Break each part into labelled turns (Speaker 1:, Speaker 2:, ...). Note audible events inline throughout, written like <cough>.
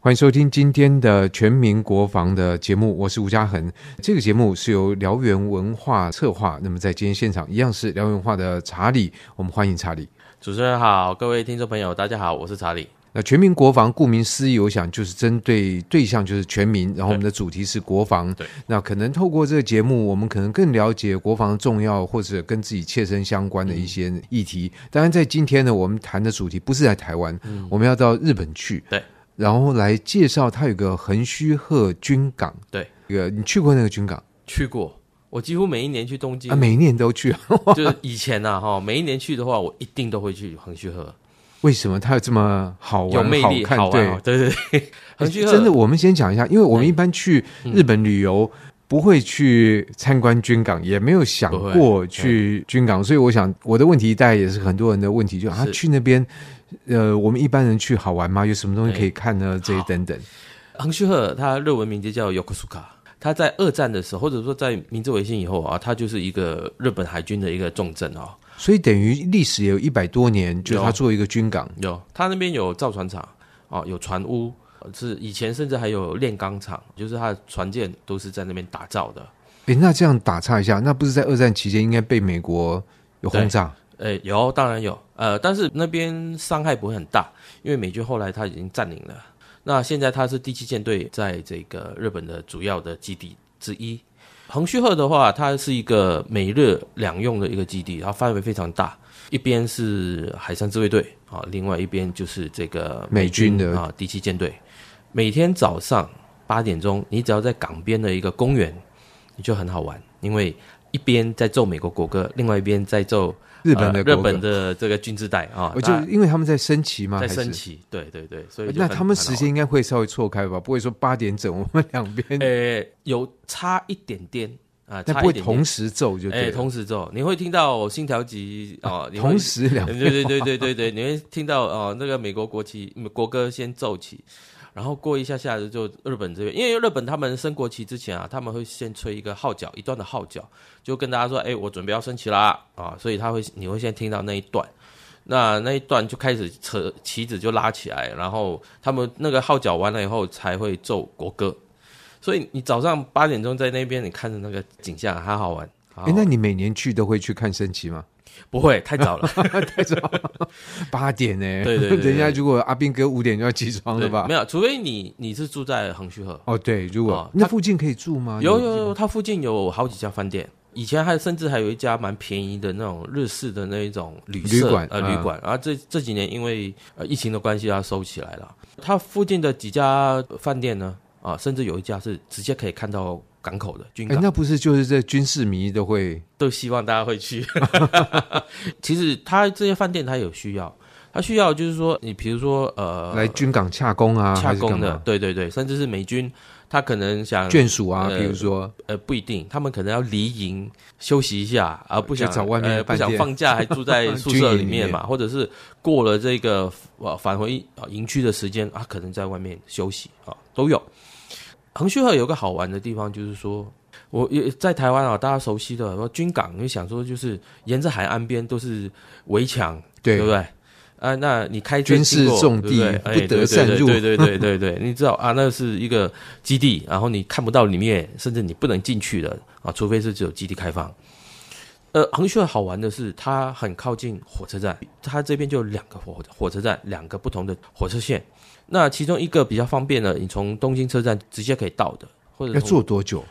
Speaker 1: 欢迎收听今天的全民国防的节目，我是吴嘉恒。这个节目是由燎原文化策划，那么在今天现场一样是燎原文化的查理，我们欢迎查理。
Speaker 2: 主持人好，各位听众朋友，大家好，我是查理。
Speaker 1: 那全民国防，顾名思义，我想就是针对对象就是全民，然后我们的主题是国防。
Speaker 2: 对，
Speaker 1: 那可能透过这个节目，我们可能更了解国防的重要，或者跟自己切身相关的一些议题。当然，在今天呢，我们谈的主题不是在台湾，我们要到日本去。
Speaker 2: 嗯对，
Speaker 1: 然后来介绍它有个横须贺军港。
Speaker 2: 对，
Speaker 1: 一个你去过那个军港
Speaker 2: 去过，我几乎每一年去东京，
Speaker 1: 啊？每一年都去啊？
Speaker 2: 就是以前呐、哈，每一年去的话，我一定都会去横须
Speaker 1: <laughs>
Speaker 2: 贺，
Speaker 1: 为什么它有这么好玩、
Speaker 2: 有魅力，
Speaker 1: 看？
Speaker 2: 好
Speaker 1: 对
Speaker 2: 玩，哦，对对
Speaker 1: <laughs>
Speaker 2: 对，横须贺
Speaker 1: 哎真的，我们先讲一下，因为
Speaker 2: 嗯
Speaker 1: 我们一般去日本旅游。不会去参观军港，也没有想
Speaker 2: 不
Speaker 1: 过去军港，所以我想我的问题大概也是很多人的问题，就啊
Speaker 2: 是
Speaker 1: 去那边，呃，我们一般人去好玩吗？有什么东西
Speaker 2: 对
Speaker 1: 可以看呢？这些等等，
Speaker 2: 横须贺，它日文名字叫 Yokosuka。它在二战的时候，或者说在明治维新以后啊，它就是一个日本海军的一个重镇哦。
Speaker 1: 所以等于历史也有一百多年，就是
Speaker 2: 有
Speaker 1: 它作为一个军港，
Speaker 2: 有，它那边有造船厂哦，有船屋，呃是以前甚至还有炼钢厂，就是它的船舰都是在那边打造的。
Speaker 1: 诶，那这样打岔一下，那不是在二战期间应该被美国有轰炸？
Speaker 2: 诶，有，当然有，呃，但是那边伤害不会很大，因为美军后来他已经占领了。那现在它是第七舰队在这个日本的主要的基地之一。横须贺的话，它是一个美日两用的一个基地，然后范围非常大，一边是海上自卫队啊，另外一边就是这个
Speaker 1: 美军的
Speaker 2: 啊第七舰队。每天早上八点钟，你只要在港边的一个公园，你就很好玩，因为一边在奏美国国歌，另外一边在奏
Speaker 1: 日本的、
Speaker 2: 呃日本，的这个军姿带啊，
Speaker 1: 我就
Speaker 2: 大
Speaker 1: 因为他们在升旗吗？
Speaker 2: 在
Speaker 1: 还是哎
Speaker 2: 升旗，对对对，所以
Speaker 1: 呃
Speaker 2: 就
Speaker 1: 那
Speaker 2: 很
Speaker 1: 他们
Speaker 2: 很好
Speaker 1: 时
Speaker 2: 玩
Speaker 1: 间应该会稍微错开吧，不会说八点整我们两边，
Speaker 2: 呃有差一点点啊，
Speaker 1: <laughs> 但
Speaker 2: 差
Speaker 1: 不
Speaker 2: 一
Speaker 1: 会
Speaker 2: 点点
Speaker 1: 同时奏就
Speaker 2: 哎
Speaker 1: 对了。
Speaker 2: 同时奏，你会听到心跳级哦，你会
Speaker 1: 同时
Speaker 2: <laughs>
Speaker 1: 两
Speaker 2: 对对对对对对，你会听到哦那个美国国旗嗯国歌先奏起。然后过一下下就日本这边，因为日本他们升国旗之前啊，他们会先吹一个号角，一段的号角，就跟大家说，哎，我准备要升旗啦啊，所以他会你会先听到那一段，那那一段就开始扯旗子就拉起来，然后他们那个号角完了以后才会奏国歌，所以你早上八点钟在那边，你看着那个景象，还好玩。好
Speaker 1: 哎，那你每年去都会去看升旗吗？
Speaker 2: 不会太早
Speaker 1: <laughs>
Speaker 2: 了，
Speaker 1: 八点呢、<laughs>
Speaker 2: 对对对对
Speaker 1: 人家如果阿斌哥五点就要起床了
Speaker 2: 对
Speaker 1: 吧
Speaker 2: 没？有，除非你你是住在横须贺，
Speaker 1: 哦，对，如果、
Speaker 2: 哦
Speaker 1: 那
Speaker 2: 他
Speaker 1: 附近可以住吗？
Speaker 2: 有有有，它附近有好几家饭店。以前还甚至还有一家蛮便宜的那种日式的那一种旅社
Speaker 1: 旅馆
Speaker 2: 呃
Speaker 1: 嗯
Speaker 2: 旅馆，然后这这几年因为呃疫情的关系，它收起来了。它附近的几家饭店呢，啊，甚至有一家是直接可以看到港口的军
Speaker 1: 哎，
Speaker 2: 港，
Speaker 1: 那不是就是这军事迷都会
Speaker 2: 都希望大家
Speaker 1: <laughs>
Speaker 2: 会去。其实它这些饭店它有需要，它需要就是说你比如说呃
Speaker 1: 来军港洽工啊，
Speaker 2: 洽
Speaker 1: 还是干
Speaker 2: 工的
Speaker 1: 嘛，
Speaker 2: 对对对，甚至是美军，他可能想
Speaker 1: 眷属啊，
Speaker 2: 呃
Speaker 1: 比如说
Speaker 2: 呃，不一定，他们可能要离营休息一下，而、不想
Speaker 1: 就找外面的
Speaker 2: 呃不
Speaker 1: 饭店
Speaker 2: 想放假，还
Speaker 1: <laughs>
Speaker 2: 住在宿
Speaker 1: 军
Speaker 2: 舍
Speaker 1: 营
Speaker 2: 里
Speaker 1: 里
Speaker 2: 面嘛，或者是过了这个呃返回呃营区的时间啊，可能在外面休息啊，都有。横须贺有个好玩的地方，就是说我也在台湾啊，大家熟悉的说军港，你想说就是沿着海岸边都是围墙，
Speaker 1: 对
Speaker 2: 不对？啊，那你开车
Speaker 1: 军事
Speaker 2: 经过
Speaker 1: 重地
Speaker 2: 对不对哎
Speaker 1: 不得擅入
Speaker 2: 对对
Speaker 1: <laughs>
Speaker 2: 对对对对，对你知道啊，那是一个基地，然后你看不到里面，甚至你不能进去的啊，除非是只有基地开放。呃，横须贺好玩的是，它很靠近火车站，它这边就有两个火火车站，两个不同的火车线。那其中一个比较方便的，你从东京车站直接可以到的，或者
Speaker 1: 要
Speaker 2: 从
Speaker 1: 坐多久？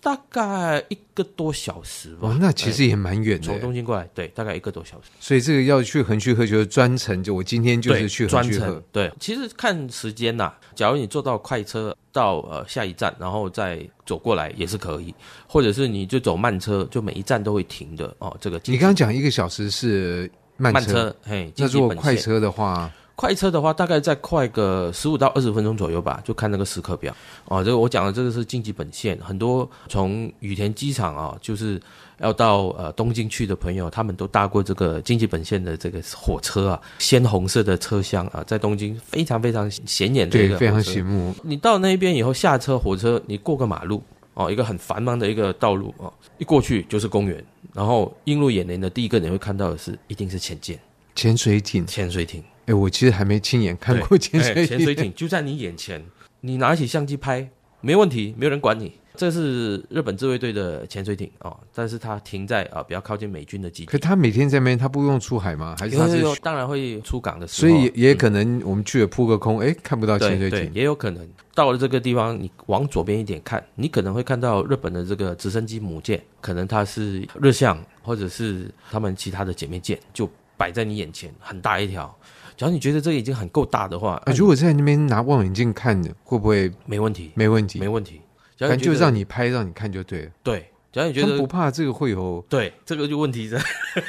Speaker 2: 大概一个多小时吧。
Speaker 1: 哦，那其实也蛮远
Speaker 2: 哎
Speaker 1: 的
Speaker 2: 从
Speaker 1: 耶。
Speaker 2: 东京过来，对，大概一个多小时。
Speaker 1: 所以这个要去横须贺就是专程，就我今天就
Speaker 2: 对，
Speaker 1: 是去横
Speaker 2: 专
Speaker 1: 须
Speaker 2: 程
Speaker 1: 贺。。
Speaker 2: 对，其实看时间呐、假如你坐到快车到呃下一站，然后再走过来也是可以，或者是你就走慢车，就每一站都会停的哦。这个
Speaker 1: 你刚刚讲一个小时是慢
Speaker 2: 慢
Speaker 1: 车，
Speaker 2: 车，嘿，
Speaker 1: 那
Speaker 2: 京
Speaker 1: 如
Speaker 2: 急
Speaker 1: 果
Speaker 2: 本
Speaker 1: 快
Speaker 2: 线
Speaker 1: 车的话，
Speaker 2: 快车的话，大概再快个十五到二十分钟左右吧，就看那个时刻表啊。这个我讲的这个是晋级本线，很多从羽田机场啊，就是要到呃东京去的朋友，他们都搭过这个晋级本线的这个火车啊，鲜红色的车厢啊，在东京非常非常显眼的一
Speaker 1: 对
Speaker 2: 个，
Speaker 1: 非常
Speaker 2: 火车
Speaker 1: 醒目。
Speaker 2: 你到那边以后下车火车，你过个马路哦，一个很繁忙的一个道路哦，一过去就是公园，然后映入眼帘的第一个你会看到的是一定是潜舰、
Speaker 1: 潜水艇，
Speaker 2: 潜水艇。
Speaker 1: 哎、哎，我其实还没亲眼看过 <laughs> 潜
Speaker 2: 哎
Speaker 1: 水
Speaker 2: 潜
Speaker 1: 艇
Speaker 2: 水艇就在你眼前，你拿起相机拍，没问题，没有人管你。这是日本自卫队的潜水艇啊、哦，但是它停在啊、比较靠近美军的基地
Speaker 1: 可。他每天在那边，他不用出海吗？还是
Speaker 2: 有
Speaker 1: 他
Speaker 2: 有
Speaker 1: 是？
Speaker 2: 有，当然会出港的时
Speaker 1: 所
Speaker 2: 候，
Speaker 1: 以也也可能我们去了扑个空，哎，看不到潜
Speaker 2: 对
Speaker 1: 水
Speaker 2: 对
Speaker 1: 艇，
Speaker 2: 也有可能到了这个地方，你往左边一点看，你可能会看到日本的这个直升机母舰，可能它是日向或者是他们其他的姐妹舰，就摆在你眼前，很大一条。只要你觉得这个已经很够大的话，哎
Speaker 1: 啊。如果在那边拿望远镜看，会不会
Speaker 2: 没问题，
Speaker 1: 没问题
Speaker 2: 没？问题。只要
Speaker 1: 反正
Speaker 2: 你
Speaker 1: 就
Speaker 2: 觉得
Speaker 1: 让你拍，让你看就对了。
Speaker 2: 对，只要你觉
Speaker 1: 他们不
Speaker 2: 得
Speaker 1: 怕这个会有，
Speaker 2: 对，这个就问题在， <laughs>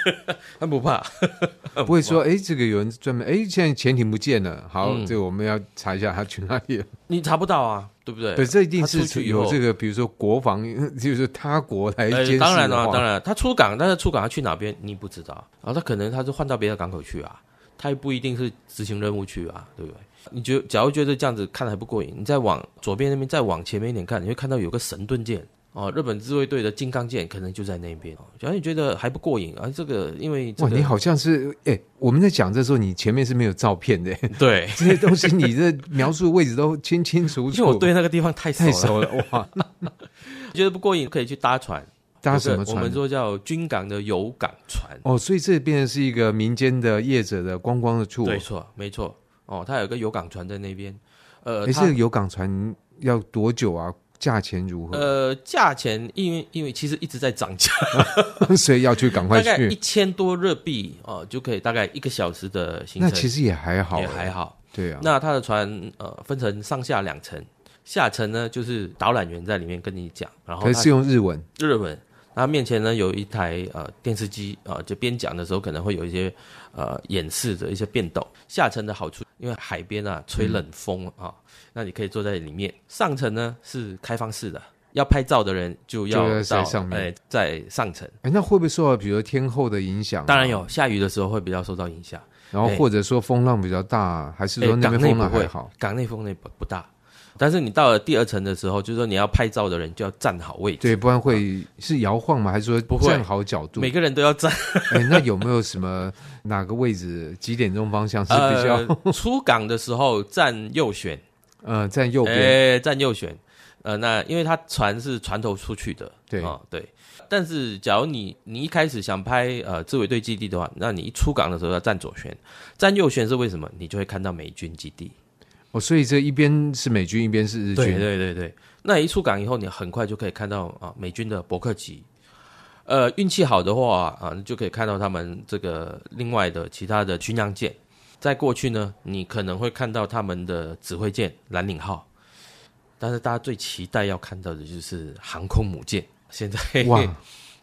Speaker 2: 他不怕。嗯
Speaker 1: 不会说，哎，这个有人专门，哎，现在潜艇不见了，好，
Speaker 2: 嗯
Speaker 1: 这个我们要查一下他去哪里了。
Speaker 2: 你查不到啊，对不对？
Speaker 1: 对，这一定
Speaker 2: 他出
Speaker 1: 是
Speaker 2: 去以
Speaker 1: 有
Speaker 2: 后
Speaker 1: 这个，比如说国防， <laughs> 就是他国来监
Speaker 2: 呃
Speaker 1: 视的
Speaker 2: 当然
Speaker 1: 话
Speaker 2: 了，当然了，他出港，但是出港他去哪边你不知道啊，他可能他是换到别的港口去啊，他也不一定是执行任务去啊，对不对？你觉假如觉得这样子看得还不过瘾，你再往左边那边再往前面一点看，你会看到有个神盾舰哦，日本自卫队的金刚舰可能就在那边哦。假如你觉得还不过瘾啊，这个因为这
Speaker 1: 哇，
Speaker 2: 个
Speaker 1: 你好像是哎、我们在讲这时候，你前面是没有照片的， <laughs>
Speaker 2: 对，
Speaker 1: 这些东西你
Speaker 2: <laughs>
Speaker 1: 这描述的位置都清清楚楚。
Speaker 2: 因为我对那个地方太熟
Speaker 1: 太
Speaker 2: 了，
Speaker 1: 熟了哇！
Speaker 2: 觉得不过瘾可以去搭船，
Speaker 1: 搭什么
Speaker 2: 有个我们
Speaker 1: 船？
Speaker 2: 说叫军港的游港船。
Speaker 1: 哦，所以这变成是一个民间的业者的观光的处，
Speaker 2: 对，错，没错。哦，它有个有港船在那边，呃，
Speaker 1: 哎，
Speaker 2: 它
Speaker 1: 这个有港船要多久啊？价钱如何？
Speaker 2: 呃，价钱因为因为其实一直在涨价，
Speaker 1: <laughs> 所以要去赶
Speaker 2: 呃大
Speaker 1: 快
Speaker 2: 概一
Speaker 1: 去。
Speaker 2: 千多热币哦、就可以大概一个小时的行
Speaker 1: 那
Speaker 2: 程，
Speaker 1: 其实也还好，
Speaker 2: 也还好。
Speaker 1: 对啊。
Speaker 2: 那它的船呃分成上下两层，下层呢就是导览员在里面跟你讲，然后
Speaker 1: 可
Speaker 2: 它
Speaker 1: 是用日文，
Speaker 2: 日文。那面前呢有一台呃电视机啊、呃就边讲的时候可能会有一些呃演示的一些变动。下层的好处，因为海边啊吹冷风啊、那你可以坐在里面。上层呢是开放式的，要拍照的人就要
Speaker 1: 就
Speaker 2: 到
Speaker 1: 要在上面
Speaker 2: 哎在上层。
Speaker 1: 哎，那会不会受到比如说天候的影响？啊
Speaker 2: 当然，有，下雨的时候会比较受到影响。
Speaker 1: 然后
Speaker 2: 哎
Speaker 1: 或者说风浪比较大，还是
Speaker 2: 哎
Speaker 1: 说那边
Speaker 2: 港内
Speaker 1: 风浪
Speaker 2: 不会
Speaker 1: 还好？
Speaker 2: 港内风那不不大，但是你到了第二层的时候，就是说你要拍照的人就要站好位置，
Speaker 1: 对，不然会是摇晃吗？还是说
Speaker 2: 啊不会
Speaker 1: 站好角度
Speaker 2: 每？个人都要站。
Speaker 1: 哎，那有没有什么哪个位置几点钟方向是比较
Speaker 2: 呃、出港的时候站右舷。
Speaker 1: 呃站右
Speaker 2: 哎，
Speaker 1: 边？
Speaker 2: 站右舷。呃，那因为它船是船头出去的，
Speaker 1: 对
Speaker 2: 啊、对。但是假如你你一开始想拍呃自卫队基地的话，那你一出港的时候要站左舷，站右舷是为什么？你就会看到美军基地。
Speaker 1: 哦，所以这一边是美军，一边是日
Speaker 2: 对
Speaker 1: 军。
Speaker 2: 对对对。那一出港以后，你很快就可以看到啊、美军的伯克级。呃，运气好的话啊，你就可以看到他们这个另外的其他的巡洋舰。再过去呢，你可能会看到他们的指挥舰蓝领号，但是大家最期待要看到的就是航空母舰。现在
Speaker 1: 哇，
Speaker 2: <laughs>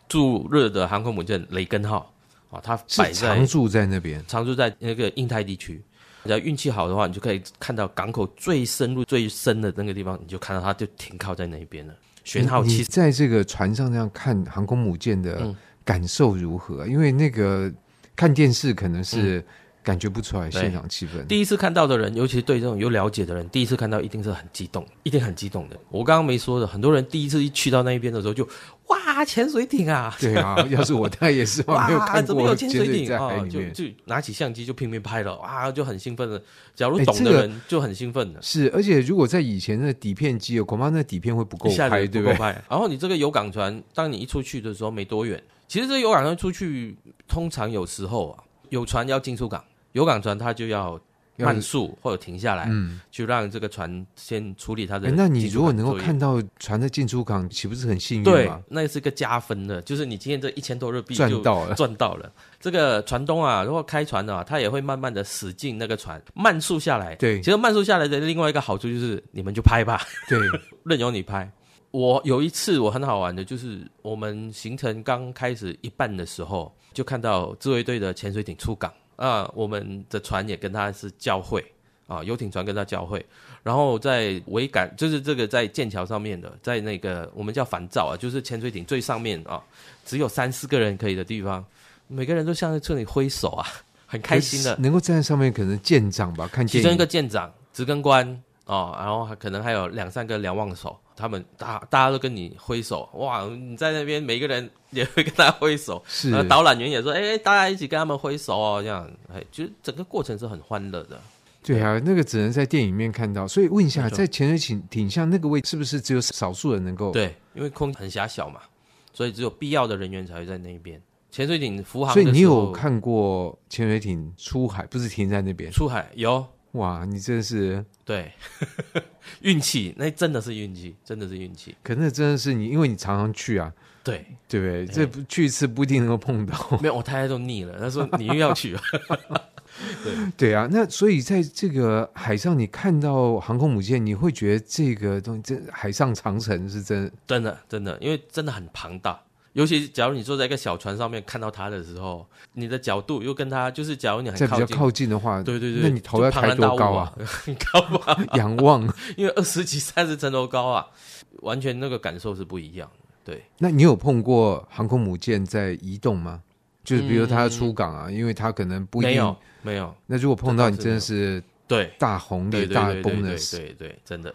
Speaker 2: 驻日的航空母舰雷根号啊，它摆
Speaker 1: 是
Speaker 2: 在
Speaker 1: 常驻在那边。
Speaker 2: 常驻在那个印太地区。只要运气好的话，你就可以看到港口最深入、最深的那个地方，你就看到它就停靠在那边了。舷号
Speaker 1: 你
Speaker 2: 其
Speaker 1: 你
Speaker 2: 实
Speaker 1: 在这个船上这样看航空母舰的
Speaker 2: 嗯
Speaker 1: 感受如何？因为那个看电视可能是感觉不出来
Speaker 2: 嗯对
Speaker 1: 现场气氛。
Speaker 2: 第一次看到的人，尤其对这种有了解的人，第一次看到一定是很激动，一定很激动的。我刚刚没说的，很多人第一次一去到那一边的时候就哇，潜水艇
Speaker 1: <laughs>
Speaker 2: 啊！
Speaker 1: 对
Speaker 2: <laughs>
Speaker 1: 啊，要是我他也是我没有
Speaker 2: 哇，
Speaker 1: 看
Speaker 2: 怎
Speaker 1: 过
Speaker 2: 么有
Speaker 1: 潜
Speaker 2: 潜
Speaker 1: 水
Speaker 2: 水
Speaker 1: 在
Speaker 2: 艇
Speaker 1: 海
Speaker 2: 啊？
Speaker 1: 里
Speaker 2: 就
Speaker 1: 面。
Speaker 2: 就拿起相机就拼命拍了，哇，就很兴奋了。假如
Speaker 1: 哎
Speaker 2: 懂
Speaker 1: 这
Speaker 2: 的
Speaker 1: 个
Speaker 2: 人就很兴奋了。
Speaker 1: 是，而且如果在以前的底片机，恐怕那底片会不够
Speaker 2: 一下子
Speaker 1: 拍，对
Speaker 2: 不
Speaker 1: 不
Speaker 2: 够
Speaker 1: 对？
Speaker 2: 拍。 <laughs> 然后你这个有港船，当你一出去的时候没多远，其实这个有港船出去，通常有时候啊，有船要进出港，有港船它就要
Speaker 1: 要
Speaker 2: 慢速或者停下来，
Speaker 1: 嗯，
Speaker 2: 去让这个船先处理它的
Speaker 1: 哎
Speaker 2: 进出港作业。
Speaker 1: 那你如果能够看到船的进出港，岂不是很幸运
Speaker 2: 对
Speaker 1: 吗？，
Speaker 2: 那是个加分的，就是你今天这一千多日币
Speaker 1: 赚
Speaker 2: 就
Speaker 1: 到了，
Speaker 2: 赚到了。 <laughs> 这个船东啊，如果开船的、啊，他也会慢慢的驶进那个船，慢速下来。
Speaker 1: <laughs> 对
Speaker 2: 其实慢速下来的另外一个好处就是，你们就拍吧。
Speaker 1: 对，
Speaker 2: 任由你拍。我有一次我很好玩的，就是我们行程刚开始一半的时候，就看到自卫队的潜水艇出港啊、我们的船也跟它是交汇啊，游艇船跟它交汇，然后在桅杆，就是这个在剑桥上面的，在那个我们叫反照啊，就是潜水艇最上面啊，只有三四个人可以的地方，每个人都向这里挥手 <laughs> 啊，很开心的，
Speaker 1: 能够站在上面，可能舰长吧，看
Speaker 2: 其
Speaker 1: 电
Speaker 2: 中一
Speaker 1: 影
Speaker 2: 个舰长、执更官哦，然后还可能还有两三个瞭望手，他们大大家都跟你挥手，哇，你在那边每个人也会跟他挥手，
Speaker 1: 是
Speaker 2: 然后导览员也说，哎，大家一起跟他们挥手哦，这样，哎，就是整个过程是很欢乐的。
Speaker 1: 对啊，那个只能在电影里面看到。所以问一下，
Speaker 2: 没错
Speaker 1: 在潜水艇艇下那个位，是不是只有少数人能够？，
Speaker 2: 对，因为空很狭小嘛，所以只有必要的人员才会在那边。潜水艇浮航
Speaker 1: 所
Speaker 2: 的
Speaker 1: 以
Speaker 2: 时候，
Speaker 1: 你有看过潜水艇出海，不是停在那边？
Speaker 2: 出海有
Speaker 1: 哇，你真的是，
Speaker 2: 对 <laughs> 运气，那真的是运气，真的是运气。
Speaker 1: 可那真的是你，因为你常常去啊，
Speaker 2: 对，
Speaker 1: 对不对？这不去一次不一定能够碰到。
Speaker 2: 没有我太太都腻了，她说你又要去了。
Speaker 1: 对啊，那所以在这个海上，你看到航空母舰，你会觉得这个东西，这海上长城是真
Speaker 2: 真的真的，因为真的很庞大。尤其假如你坐在一个小船上面看到它的时候，你的角度又跟它就是，假如你
Speaker 1: 在
Speaker 2: 很
Speaker 1: 比
Speaker 2: 靠
Speaker 1: 较
Speaker 2: 近，
Speaker 1: 靠近的话，
Speaker 2: 对对对，
Speaker 1: 那你头要
Speaker 2: 就
Speaker 1: 抬
Speaker 2: 庞然大
Speaker 1: 多
Speaker 2: 物
Speaker 1: 高
Speaker 2: 啊
Speaker 1: 啊？？
Speaker 2: 很 <laughs> 高吧？
Speaker 1: <laughs> 仰望。
Speaker 2: 因为二十几、三十层楼高啊，完全那个感受是不一样的。对，
Speaker 1: 那你有碰过航空母舰在移动吗？就是比如它要出港啊，因为它可能不一定。
Speaker 2: 嗯没有没有，
Speaker 1: 那如果碰到你，
Speaker 2: 这倒是
Speaker 1: 真
Speaker 2: 没有
Speaker 1: 的是
Speaker 2: 对，
Speaker 1: 大红
Speaker 2: 对
Speaker 1: 脸、
Speaker 2: 对
Speaker 1: 大
Speaker 2: 对对
Speaker 1: 崩
Speaker 2: 对
Speaker 1: 的
Speaker 2: 对。对对，真的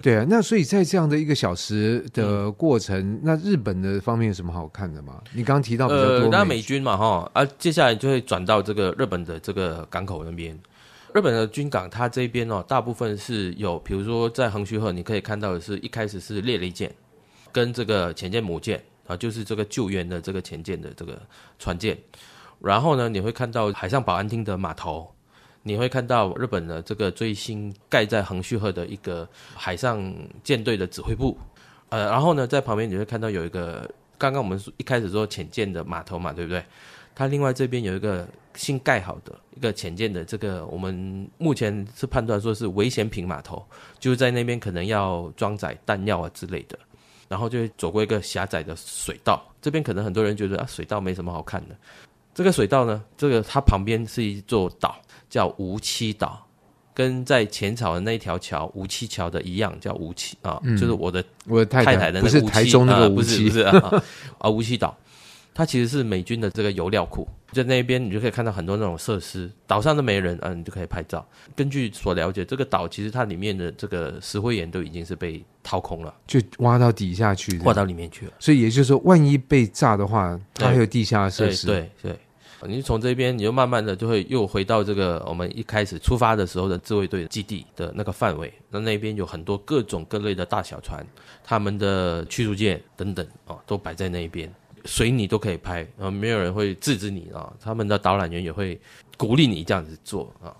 Speaker 1: 对啊，那所以在这样的一个小时
Speaker 2: 嗯
Speaker 1: 的过程，那日本的方面有什么好看的吗？你刚刚提到比较
Speaker 2: 呃，
Speaker 1: 多
Speaker 2: 那
Speaker 1: 美
Speaker 2: 美军嘛哈啊，接下来就会转到这个日本的这个港口那边。日本的军港，它这边哦，大部分是有，比如说在横须贺，你可以看到的是一开始是猎雷舰跟这个潜舰母舰啊，就是这个救援的这个潜舰的这个船舰。然后呢，你会看到海上保安厅的码头，你会看到日本的这个最新盖在横须贺的一个海上舰队的指挥部。呃，然后呢，在旁边你会看到有一个刚刚我们说一开始说浅见的码头嘛，对不对？它另外这边有一个新盖好的一个浅见的这个，我们目前是判断说是危险品码头，就是在那边可能要装载弹药啊之类的，然后就会走过一个狭窄的水道。这边可能很多人觉得啊，水道没什么好看的。这个水道呢，这个它旁边是一座岛，叫无期岛，跟在浅草的那一条桥无期桥的一样，叫无期啊，就是我的
Speaker 1: 我的太
Speaker 2: 太太的
Speaker 1: 不
Speaker 2: 那
Speaker 1: 是
Speaker 2: 个无
Speaker 1: 台
Speaker 2: 锡
Speaker 1: 中那
Speaker 2: 啊
Speaker 1: 个无
Speaker 2: 不是不
Speaker 1: 锡，
Speaker 2: 是啊 <laughs> 啊无锡岛，它其实是美军的这个油料库，在那边你就可以看到很多那种设施，岛上都没人啊，你就可以拍照。根据所了解，这个岛其实它里面的这个石灰岩都已经是被掏空了，
Speaker 1: 就挖到底下去
Speaker 2: 挖
Speaker 1: 的。
Speaker 2: 到里面去了。
Speaker 1: 所以也就是说，万一被炸的话，它还
Speaker 2: 对
Speaker 1: 有地下设
Speaker 2: 对
Speaker 1: 施。
Speaker 2: 对对，你从这边你就慢慢的就会又回到这个我们一开始出发的时候的自卫队基地的那个范围，那那边有很多各种各类的大小船，他们的驱逐舰等等啊、哦，都摆在那边，随你都可以拍，啊、没有人会制止你啊、他们的导览员也会鼓励你这样子做啊、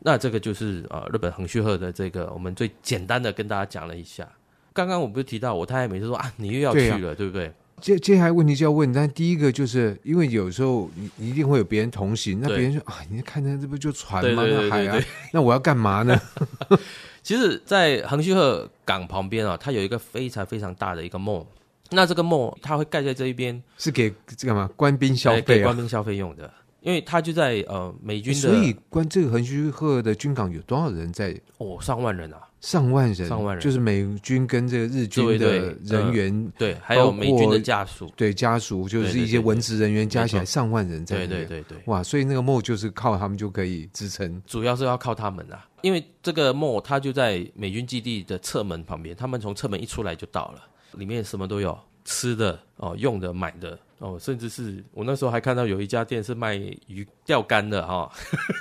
Speaker 2: 那这个就是啊、日本横须贺的这个我们最简单的跟大家讲了一下。刚刚我不是提到我太太每次说啊，你又要
Speaker 1: 对
Speaker 2: 去
Speaker 1: 啊
Speaker 2: 了，对不对？
Speaker 1: 接接下来问题就要问，但第一个就是因为有时候你你一定会有别人同行，那
Speaker 2: 对
Speaker 1: 别人说啊，你看那这不就船
Speaker 2: 对
Speaker 1: 吗？
Speaker 2: 对对
Speaker 1: 那海
Speaker 2: 对
Speaker 1: 啊，那我要干嘛呢？ <laughs>
Speaker 2: 其实，在横须贺港旁边啊，它有一个非常非常大的一个 mall。那这个 mall 它会盖在这一边，
Speaker 1: 是给这干嘛？官兵消
Speaker 2: 来
Speaker 1: 费
Speaker 2: 给
Speaker 1: 啊
Speaker 2: 官？兵消费用的，因为它就在呃美军的
Speaker 1: 所以关这个横须贺的军港有多少人在？
Speaker 2: 哦上万人啊，
Speaker 1: 上万人，
Speaker 2: 上万人
Speaker 1: 就是美军跟这个日军的
Speaker 2: 对对对
Speaker 1: 人员，
Speaker 2: 对，还有美军
Speaker 1: 包括
Speaker 2: 的家属，
Speaker 1: 对家属，就是一些
Speaker 2: 对对对
Speaker 1: 文职人员，加起来
Speaker 2: 没
Speaker 1: 上万人在
Speaker 2: 对
Speaker 1: 里
Speaker 2: 对
Speaker 1: 面。
Speaker 2: 对对，
Speaker 1: 哇，所以那个梦就是靠他们就可以支撑。
Speaker 2: 主要是要靠他们啊，因为这个 mall 它就在美军基地的侧门旁边，他们从侧门一出来就到了，里面什么都有，吃的哦，用的、买的哦，甚至是我那时候还看到有一家店是卖鱼钓竿的哈、哦，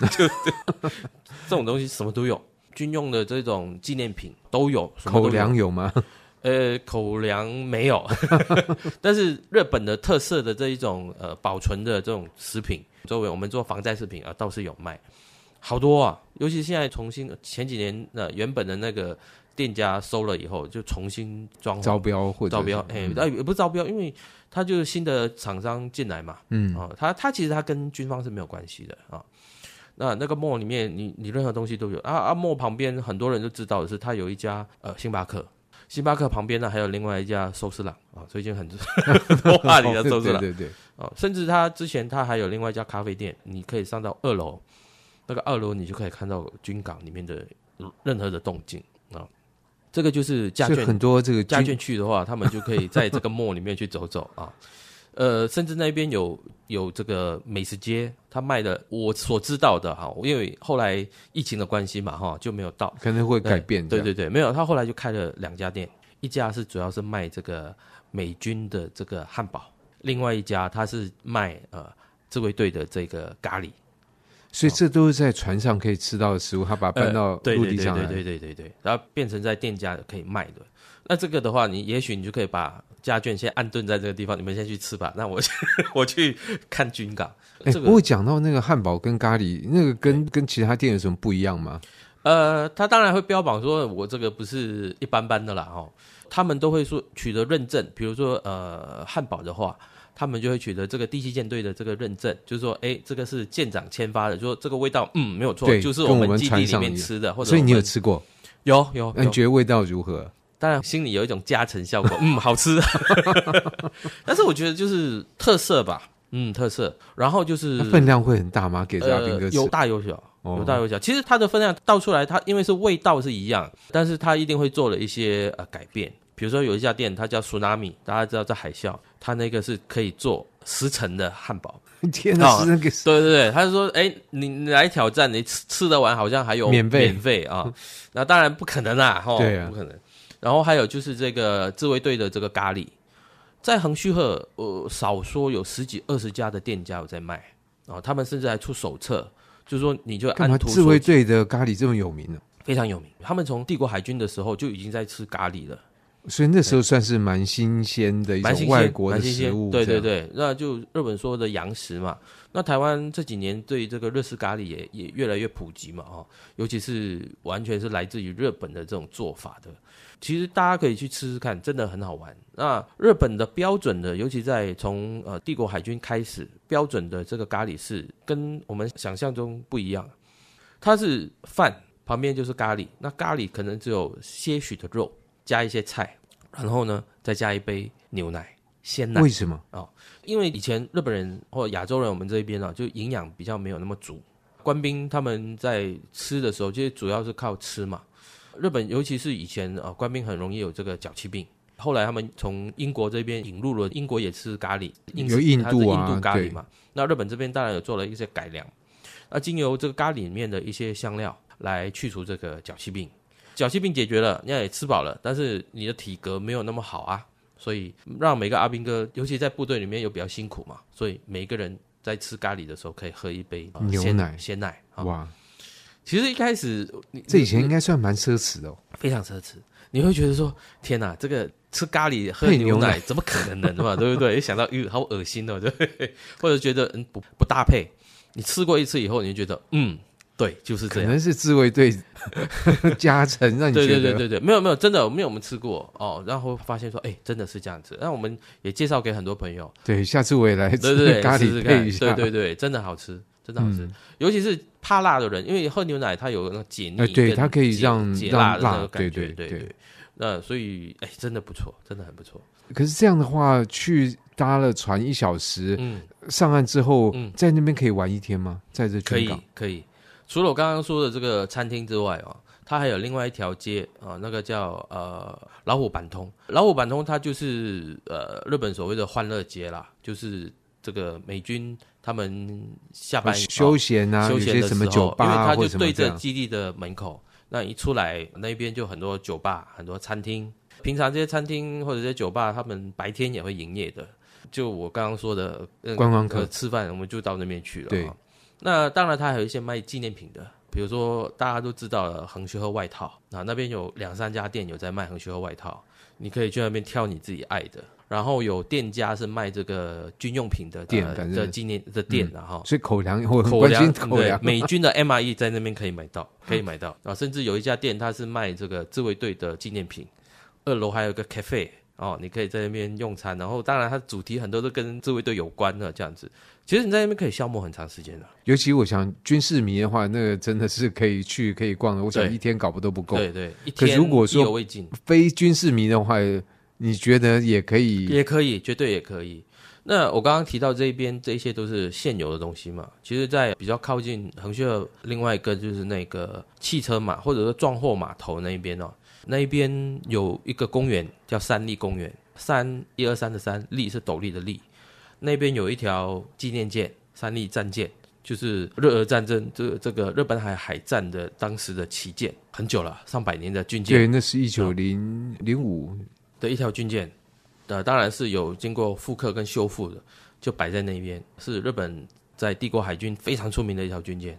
Speaker 2: <laughs> 就这种东西什么都有，军用的这种纪念品都有，什么都
Speaker 1: 口
Speaker 2: 有
Speaker 1: 粮有吗？
Speaker 2: 呃，口粮没有，但是日本的特色的这一种呃保存的这种食品，作为我们做防晒食品啊，倒是有卖，好多啊。尤其现在重新前几年呃原本的那个店家收了以后，就重新装潢
Speaker 1: 招标或者
Speaker 2: 哦招
Speaker 1: 是
Speaker 2: 标，哎、
Speaker 1: 嗯
Speaker 2: <laughs> 哎也不是招标，因为它就是新的厂商进来嘛，
Speaker 1: 嗯
Speaker 2: 啊，它它其实它跟军方是没有关系的啊。那那个 mall 里面，你你任何东西都有啊啊！mall 旁边很多人都知道的是，它有一家呃星巴克，星巴克旁边呢还有另外一家寿司郎啊，最近
Speaker 1: <laughs>
Speaker 2: 很多话里的
Speaker 1: 哦对
Speaker 2: 寿司
Speaker 1: 对
Speaker 2: 郎
Speaker 1: 对对，
Speaker 2: 啊，甚至它之前它还有另外一家咖啡店，你可以上到二楼，那个二楼你就可以看到军港里面的任何的动静啊。这个就是价
Speaker 1: 所以
Speaker 2: 券
Speaker 1: 很多这个
Speaker 2: 家
Speaker 1: 军
Speaker 2: 眷去的话，他们就可以在这个 mall 里面去走走啊。 <laughs> 呃，甚至那边有有这个美食街，他卖的我所知道的哈，因为后来疫情的关系嘛哈，就没有到。
Speaker 1: 可能会改变。
Speaker 2: 对
Speaker 1: 这样，
Speaker 2: 对对，没有，他后来就开了两家店，一家是主要是卖这个美军的这个汉堡，另外一家他是卖呃自卫队的这个咖喱。
Speaker 1: 所以这都是在船上可以吃到的食物，他把它搬到
Speaker 2: 哦呃对
Speaker 1: 陆地上
Speaker 2: 对
Speaker 1: 来。
Speaker 2: 对对对对对，然后变成在店家可以卖的。那这个的话，你也许你就可以把家眷先安顿在这个地方，你们先去吃吧。那我去 <laughs> 我去看军港。
Speaker 1: 哎，
Speaker 2: 这
Speaker 1: 不
Speaker 2: 个
Speaker 1: 过讲到那个汉堡跟咖喱，那个跟跟其他店有什么不一样吗？
Speaker 2: 呃，他当然会标榜说我这个不是一般般的啦哦，他们都会说取得认证，比如说呃汉堡的话。他们就会取得这个第七舰队的这个认证，就是说，哎，这个是舰长签发的，就说这个味道，嗯，没有错，
Speaker 1: 对
Speaker 2: 就是
Speaker 1: 跟我
Speaker 2: 们
Speaker 1: 们
Speaker 2: 基地
Speaker 1: 船
Speaker 2: 里
Speaker 1: 上
Speaker 2: 面
Speaker 1: 一样
Speaker 2: 吃的，或者
Speaker 1: 所以
Speaker 2: 我
Speaker 1: 你有嗯
Speaker 2: 们
Speaker 1: 吃过？
Speaker 2: 有有
Speaker 1: 那
Speaker 2: 有
Speaker 1: 你觉得味道如何？
Speaker 2: 当然心里有一种加成效
Speaker 1: <laughs>
Speaker 2: 果，嗯，好吃。 <laughs> 但是我觉得就是特色吧，嗯，特色。然后就是
Speaker 1: 那分量会很大吗？给阿兵哥
Speaker 2: 呃
Speaker 1: 吃？
Speaker 2: 有大有小，
Speaker 1: 哦
Speaker 2: 有大有小。其实它的分量倒出来，它因为是味道是一样，但是它一定会做了一些呃改变。比如说有一家店，它叫 Tsunami，大家知道在海啸，它那个是可以做十层的汉堡。
Speaker 1: 天哪，
Speaker 2: 哦
Speaker 1: 是那个
Speaker 2: 对对对，他就说，哎，你你来挑战，你吃吃得完，好像还有
Speaker 1: 免费
Speaker 2: 免费啊， <laughs> 那当然不可能啦，吼，
Speaker 1: 对啊
Speaker 2: 不可能。然后还有就是这个自卫队的这个咖喱，在横须贺，呃，少说有十几二十家的店家有在卖啊，他们甚至还出手册，就是说你就
Speaker 1: 干
Speaker 2: 按
Speaker 1: 嘛？
Speaker 2: 图
Speaker 1: 自
Speaker 2: 索
Speaker 1: 卫
Speaker 2: 骥
Speaker 1: 队的咖喱这么有名呢、
Speaker 2: 非常有名，他们从帝国海军的时候就已经在吃咖喱了。
Speaker 1: 所以那时候算是蛮新鲜的一
Speaker 2: 蛮新
Speaker 1: 种
Speaker 2: 鲜，
Speaker 1: 外国的
Speaker 2: 蛮新
Speaker 1: 食
Speaker 2: 鲜
Speaker 1: 物，
Speaker 2: 对
Speaker 1: 这
Speaker 2: 对
Speaker 1: 样，
Speaker 2: 对，那就日本说的洋食嘛。那台湾这几年对这个日式咖喱也也越来越普及嘛，哦，尤其是完全是来自于日本的这种做法的。其实大家可以去吃吃看，真的很好玩。那日本的标准的，尤其在从呃帝国海军开始，标准的这个咖喱是跟我们想象中不一样，它是饭旁边就是咖喱，那咖喱可能只有些许的肉，加一些菜，然后呢再加一杯牛奶、鲜奶
Speaker 1: 为。什么？
Speaker 2: 因为以前日本人或亚洲人，我们这一边啊，就营养比较没有那么足。官兵他们在吃的时候，其实主要是靠吃嘛。日本尤其是以前啊，呃官兵很容易有这个脚气病。后来他们从英国这边引入了，英国也吃咖喱，英式
Speaker 1: 有印
Speaker 2: 它是
Speaker 1: 度啊
Speaker 2: 印度咖喱
Speaker 1: 对
Speaker 2: 嘛。那日本这边当然有做了一些改良，那经由这个咖喱里面的一些香料来去除这个脚气病。脚气病解决了，你也吃饱了，但是你的体格没有那么好啊，所以让每个阿兵哥，尤其在部队里面又比较辛苦嘛，所以每个人在吃咖喱的时候可以喝一杯、呃
Speaker 1: 牛
Speaker 2: 鲜
Speaker 1: 奶
Speaker 2: 鲜奶啊。
Speaker 1: 哇，
Speaker 2: 其实一开始你
Speaker 1: 这以前应该算蛮奢侈的、哦。
Speaker 2: 非常奢侈，你会觉得说天哪，这个吃咖喱喝
Speaker 1: 配
Speaker 2: 牛
Speaker 1: 牛
Speaker 2: 奶
Speaker 1: 奶
Speaker 2: 怎么可能嘛，对不
Speaker 1: <laughs>
Speaker 2: 对？一想到，哟，好恶心哦，对不对，或者觉得嗯不不搭配。你吃过一次以后，你就觉得嗯，对，就是这
Speaker 1: 可
Speaker 2: 样。
Speaker 1: 能是自卫
Speaker 2: <laughs>
Speaker 1: 队加成让你
Speaker 2: 对
Speaker 1: 觉
Speaker 2: 对对
Speaker 1: 得
Speaker 2: 对对，没有没有，真的没有我们吃过哦，然后发现说，哎，真的是这样子。那我们也介绍给很多朋友，
Speaker 1: 对，下次我也来
Speaker 2: 对
Speaker 1: 吃
Speaker 2: 对对，
Speaker 1: 咖
Speaker 2: 试试
Speaker 1: 喱配一
Speaker 2: 看
Speaker 1: 下。嗯
Speaker 2: 对对对，真的好吃，真的好吃。尤其是怕辣的人，因为喝牛奶它有那个解腻
Speaker 1: 哎
Speaker 2: 跟解，
Speaker 1: 对它可以让
Speaker 2: 解
Speaker 1: 让
Speaker 2: 辣的那
Speaker 1: 辣
Speaker 2: 个感觉，
Speaker 1: 对
Speaker 2: 对
Speaker 1: 对
Speaker 2: 对。那所以，哎，真的不错，真的很不错。
Speaker 1: 可是这样的话，去搭了船一小时，
Speaker 2: 嗯，
Speaker 1: 上岸之后，
Speaker 2: 嗯
Speaker 1: 在那边可以玩一天吗？在这
Speaker 2: 可
Speaker 1: 军
Speaker 2: 以
Speaker 1: 港
Speaker 2: 可以。除了我刚刚说的这个餐厅之外哦，它还有另外一条街啊、那个叫呃老虎板通。老虎板通它就是呃日本所谓的欢乐街啦，就是这个美军他们下班、
Speaker 1: 休闲啊，
Speaker 2: 休
Speaker 1: 有
Speaker 2: 闲
Speaker 1: 些
Speaker 2: 的时
Speaker 1: 什
Speaker 2: 候，
Speaker 1: 么酒吧
Speaker 2: 因为
Speaker 1: 啊，
Speaker 2: 它
Speaker 1: 或
Speaker 2: 就
Speaker 1: 者什
Speaker 2: 对
Speaker 1: 么这
Speaker 2: 着
Speaker 1: 样。
Speaker 2: 基地的门口，那一出来那边就很多酒吧、很多餐厅。平常这些餐厅或者这些酒吧，他们白天也会营业的。就我刚刚说的，呃
Speaker 1: 观光客
Speaker 2: 呃吃饭，我们就到那边去了。
Speaker 1: 对
Speaker 2: 啊，那当然它还有一些卖纪念品的，比如说大家都知道的横须贺外套啊，那边有两三家店有在卖横须贺外套，你可以去那边挑你自己爱的。然后有店家是卖这个军用品的
Speaker 1: 店
Speaker 2: 呃
Speaker 1: 反正嗯
Speaker 2: 的纪念的店的哈，
Speaker 1: 所以口粮，我很
Speaker 2: <laughs> 口
Speaker 1: 关
Speaker 2: 粮
Speaker 1: 心
Speaker 2: 对
Speaker 1: 口 <laughs> 粮。
Speaker 2: 美军的 MRE 在那边可以买到，可以买到啊，甚至有一家店它是卖这个自卫队的纪念品，二楼还有一个 cafe 哦，你可以在那边用餐，然后当然它主题很多都跟自卫队有关的这样子，其实你在那边可以消磨很长时间的，
Speaker 1: 尤其我想军事迷的话，那个真的是可以去可以逛的。我想
Speaker 2: 对
Speaker 1: 一天搞不都不够。
Speaker 2: 对对，一
Speaker 1: 可是
Speaker 2: 天
Speaker 1: 如果说
Speaker 2: 意犹未尽。
Speaker 1: 非军事迷的话，你觉得也可以？
Speaker 2: 也可以，绝对也可以。那我刚刚提到这边，这些都是现有的东西嘛。其实，在比较靠近横须贺，另外一个就是那个汽车码，或者说撞货码头那一边哦，那一边有一个公园叫三立公园，三一二三的三，立是斗笠的立。那边有一条纪念舰“三立战舰”，就是日俄战争这这个日本海海战的当时的旗舰，很久了，上百年的军舰
Speaker 1: 对，那是一九
Speaker 2: 嗯
Speaker 1: 零零五，
Speaker 2: 的一条军舰，呃，当然是有经过复刻跟修复的，就摆在那边，是日本在帝国海军非常出名的一条军舰，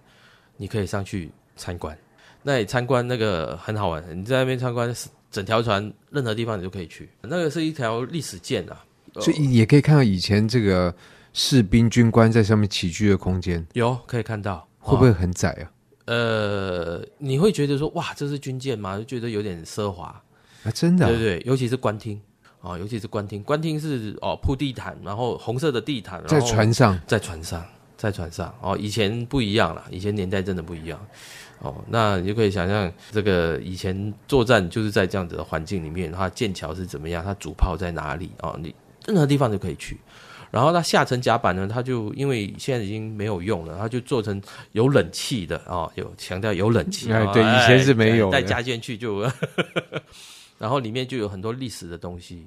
Speaker 2: 你可以上去参观。那你参观那个很好玩，你在那边参观整条船，任何地方你都可以去。那个是一条历史舰啊，呃
Speaker 1: 所以也可以看到以前这个士兵军官在上面起居的空间，
Speaker 2: 有可以看到，
Speaker 1: 会不
Speaker 2: 哦
Speaker 1: 会很窄啊？
Speaker 2: 呃，你会觉得说哇，这是军舰吗？就觉得有点奢华，
Speaker 1: 啊，真的啊、
Speaker 2: 对对对，尤其是官厅啊、哦尤其是官厅，官厅是哦铺地毯，然后红色的地毯，然
Speaker 1: 在
Speaker 2: 后
Speaker 1: 船上
Speaker 2: 在船上，在船上哦，以前不一样了，以前年代真的不一样哦。那你就可以想象，这个以前作战就是在这样子的环境里面，它剑桥是怎么样，它主炮在哪里哦，你任何地方都可以去。然后它下层甲板呢，它就因为现在已经没有用了，它就做成有冷气的哦，有强调有冷气。
Speaker 1: 哎
Speaker 2: 哦哎
Speaker 1: 对以前是没有的
Speaker 2: 带加进去就， <laughs> 然后里面就有很多历史的东西，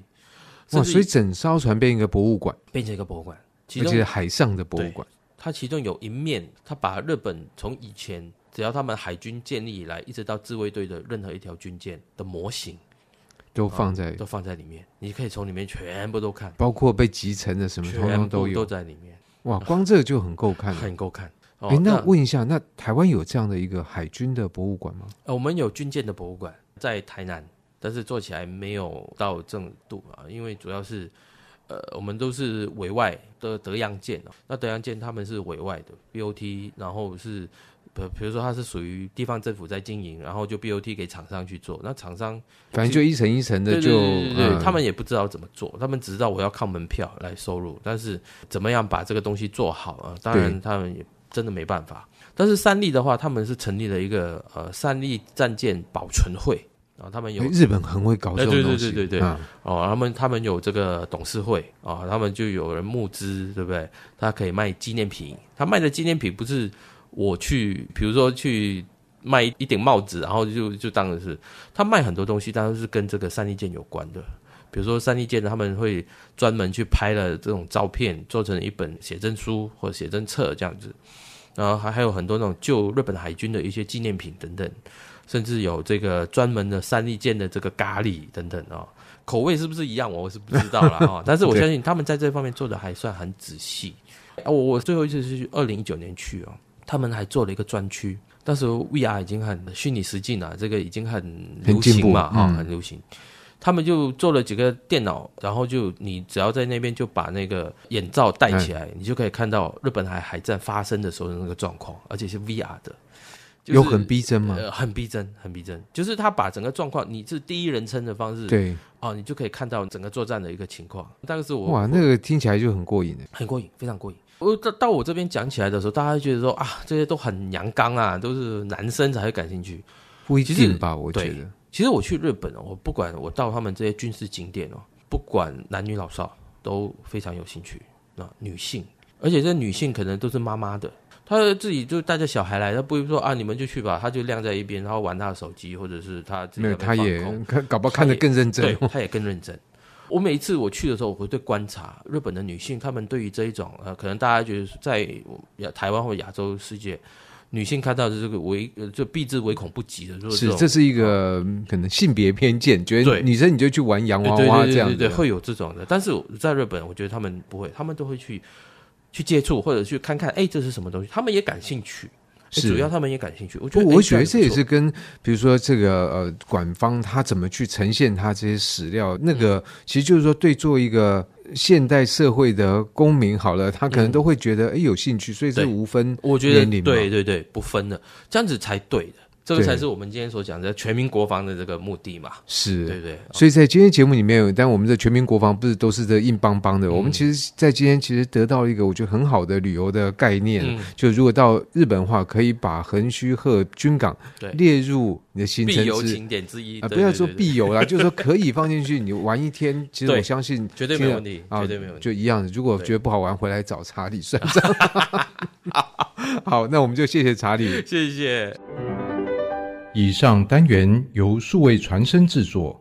Speaker 1: 哇，
Speaker 2: 甚
Speaker 1: 所以
Speaker 2: 至
Speaker 1: 整艘船变一个博物馆，
Speaker 2: 变成一个博物馆。其
Speaker 1: 而
Speaker 2: 中
Speaker 1: 且海上的博物馆。
Speaker 2: 它其中有一面，它把日本从以前只要他们海军建立以来，一直到自卫队的任何一条军舰的模型
Speaker 1: 都放在，
Speaker 2: 哦都放在里面，你可以从里面全部都看，
Speaker 1: 包括被集成的什么，
Speaker 2: 全
Speaker 1: 通通
Speaker 2: 部
Speaker 1: 都有。
Speaker 2: 在里面，
Speaker 1: 哇，光这个就很够看了。
Speaker 2: 很够看。哦
Speaker 1: 哎，那问一下，那台湾有这样的一个海军的博物馆吗？
Speaker 2: 呃我们有军舰的博物馆在台南，但是做起来没有到正度啊，因为主要是。呃，我们都是委外的德阳舰哦，那德阳舰他们是委外的 BOT，然后是，呃，比如说它是属于地方政府在经营，然后就 BOT 给厂商去做，那厂商
Speaker 1: 反正就一层一层的
Speaker 2: 对
Speaker 1: 就，
Speaker 2: 对对对对
Speaker 1: 嗯
Speaker 2: 他们也不知道怎么做，他们只知道我要靠门票来收入，但是怎么样把这个东西做好啊、呃当然
Speaker 1: 对
Speaker 2: 他们也真的没办法。但是三立的话，他们是成立了一个呃三立战舰保存会，然后他们有
Speaker 1: 哎日本很会搞这种
Speaker 2: 哎对
Speaker 1: 东西，
Speaker 2: 对对对对
Speaker 1: 啊
Speaker 2: 哦，他们他们有这个董事会啊、他们就有人募资，对不对？他可以卖纪念品，他卖的纪念品不是我去，比如说去卖一顶帽子，然后就就当然是他卖很多东西，当然是跟这个三立舰有关的。比如说三立舰他们会专门去拍了这种照片，做成一本写真书或者写真册这样子，然后还还有很多那种旧日本海军的一些纪念品等等，甚至有这个专门的三立舰的这个咖喱等等哦。口味是不是一样，我是不知道啦。哦，但是我相信他们在这方面做的还算很仔细。啊，我我最后一次是去二零一九年去哦，他们还做了一个专区。当时 VR 已经很虚拟实境了，这个已经很
Speaker 1: 很
Speaker 2: 流行嘛，
Speaker 1: 进步
Speaker 2: 哈、
Speaker 1: 嗯
Speaker 2: 很流行。他们就做了几个电脑，然后就你只要在那边就把那个眼罩戴起来，你就可以看到日本海海战发生的时候的那个状况，而且是 VR 的，就是
Speaker 1: 有很逼真吗？
Speaker 2: 呃很逼真，很逼真，就是他把整个状况，你是第一人称的方式
Speaker 1: 对，
Speaker 2: 哦，你就可以看到整个作战的一个情况。但是我
Speaker 1: 哇，那个听起来就很过瘾的。
Speaker 2: 很过瘾，非常过瘾。我到到我这边讲起来的时候，大家会觉得说啊，这些都很阳刚啊，都是男生才会感兴趣。
Speaker 1: 不一
Speaker 2: 其实
Speaker 1: 定吧？我觉得
Speaker 2: 其实我去日本哦，我不管我到他们这些军事景点哦，不管男女老少都非常有兴趣。啊，女性，而且这女性可能都是妈妈的，她自己就带着小孩来，她不会说啊你们就去吧，她就晾在一边，然后玩她的手机，或者是她自己
Speaker 1: 没有，
Speaker 2: 在
Speaker 1: 他
Speaker 2: 那边
Speaker 1: 也
Speaker 2: 放空
Speaker 1: 看， <laughs> 搞不好看得更认真。
Speaker 2: 对，他也更认真。我每一次我去的时候，我会对观察日本的女性，她们对于这一种呃，可能大家觉得在亚台湾或亚洲世界，女性看到的这个唯呃就避之唯恐不及的，就是
Speaker 1: 是，
Speaker 2: 种
Speaker 1: 这是一个嗯可能性别偏见，觉得
Speaker 2: 对
Speaker 1: 女生你就去玩洋
Speaker 2: 对
Speaker 1: 娃
Speaker 2: 对
Speaker 1: 娃
Speaker 2: 对
Speaker 1: 这
Speaker 2: 对
Speaker 1: 样
Speaker 2: 对
Speaker 1: 子
Speaker 2: 对，会有这种的。但是我在日本，我觉得他们不会，他们都会去去接触或者去看看，哎，这是什么东西，他们也感兴趣。哎
Speaker 1: 是
Speaker 2: 主要他们也感兴趣。我觉
Speaker 1: 不
Speaker 2: 得，
Speaker 1: 我
Speaker 2: 哎
Speaker 1: 觉得这也
Speaker 2: 样子
Speaker 1: 是
Speaker 2: 不错
Speaker 1: 跟，比如说这个呃，馆方他怎么去呈现他这些史料，
Speaker 2: 嗯
Speaker 1: 那个其实就是说对做一个现代社会的公民好了，他可能都会觉得哎有兴趣，所以
Speaker 2: 嗯对
Speaker 1: 这无分
Speaker 2: 我觉
Speaker 1: 年
Speaker 2: 得
Speaker 1: 龄
Speaker 2: 对
Speaker 1: 嘛
Speaker 2: 对对，不分的，这样子才对的，这个
Speaker 1: 对
Speaker 2: 才是我们今天所讲的全民国防的这个目的嘛，对
Speaker 1: 是
Speaker 2: 不。对？
Speaker 1: 所以在今天节目里面，但我们的全民国防不是都是这硬邦邦的。
Speaker 2: 嗯
Speaker 1: 我们其实，在今天其实得到一个我觉得很好的旅游的概念，
Speaker 2: 嗯
Speaker 1: 就如果到日本的话，可以把横须贺军港
Speaker 2: 对
Speaker 1: 列入你的行
Speaker 2: 必
Speaker 1: 程
Speaker 2: 游
Speaker 1: 之
Speaker 2: 景点之一
Speaker 1: 啊，
Speaker 2: 对
Speaker 1: 不要
Speaker 2: 对
Speaker 1: 说
Speaker 2: 对
Speaker 1: 必
Speaker 2: <laughs>
Speaker 1: 游啦，就是说可以放进去，你玩一天，其实我
Speaker 2: 对
Speaker 1: 相信
Speaker 2: 绝对没
Speaker 1: 听了
Speaker 2: 问题
Speaker 1: 啊，
Speaker 2: 绝对没问题
Speaker 1: 就一样。如果觉得不好玩，回来找查理算
Speaker 2: <laughs>
Speaker 1: 账。好，那我们就谢谢查理。
Speaker 2: 对，谢谢。
Speaker 3: 以上单元由数位传声制作，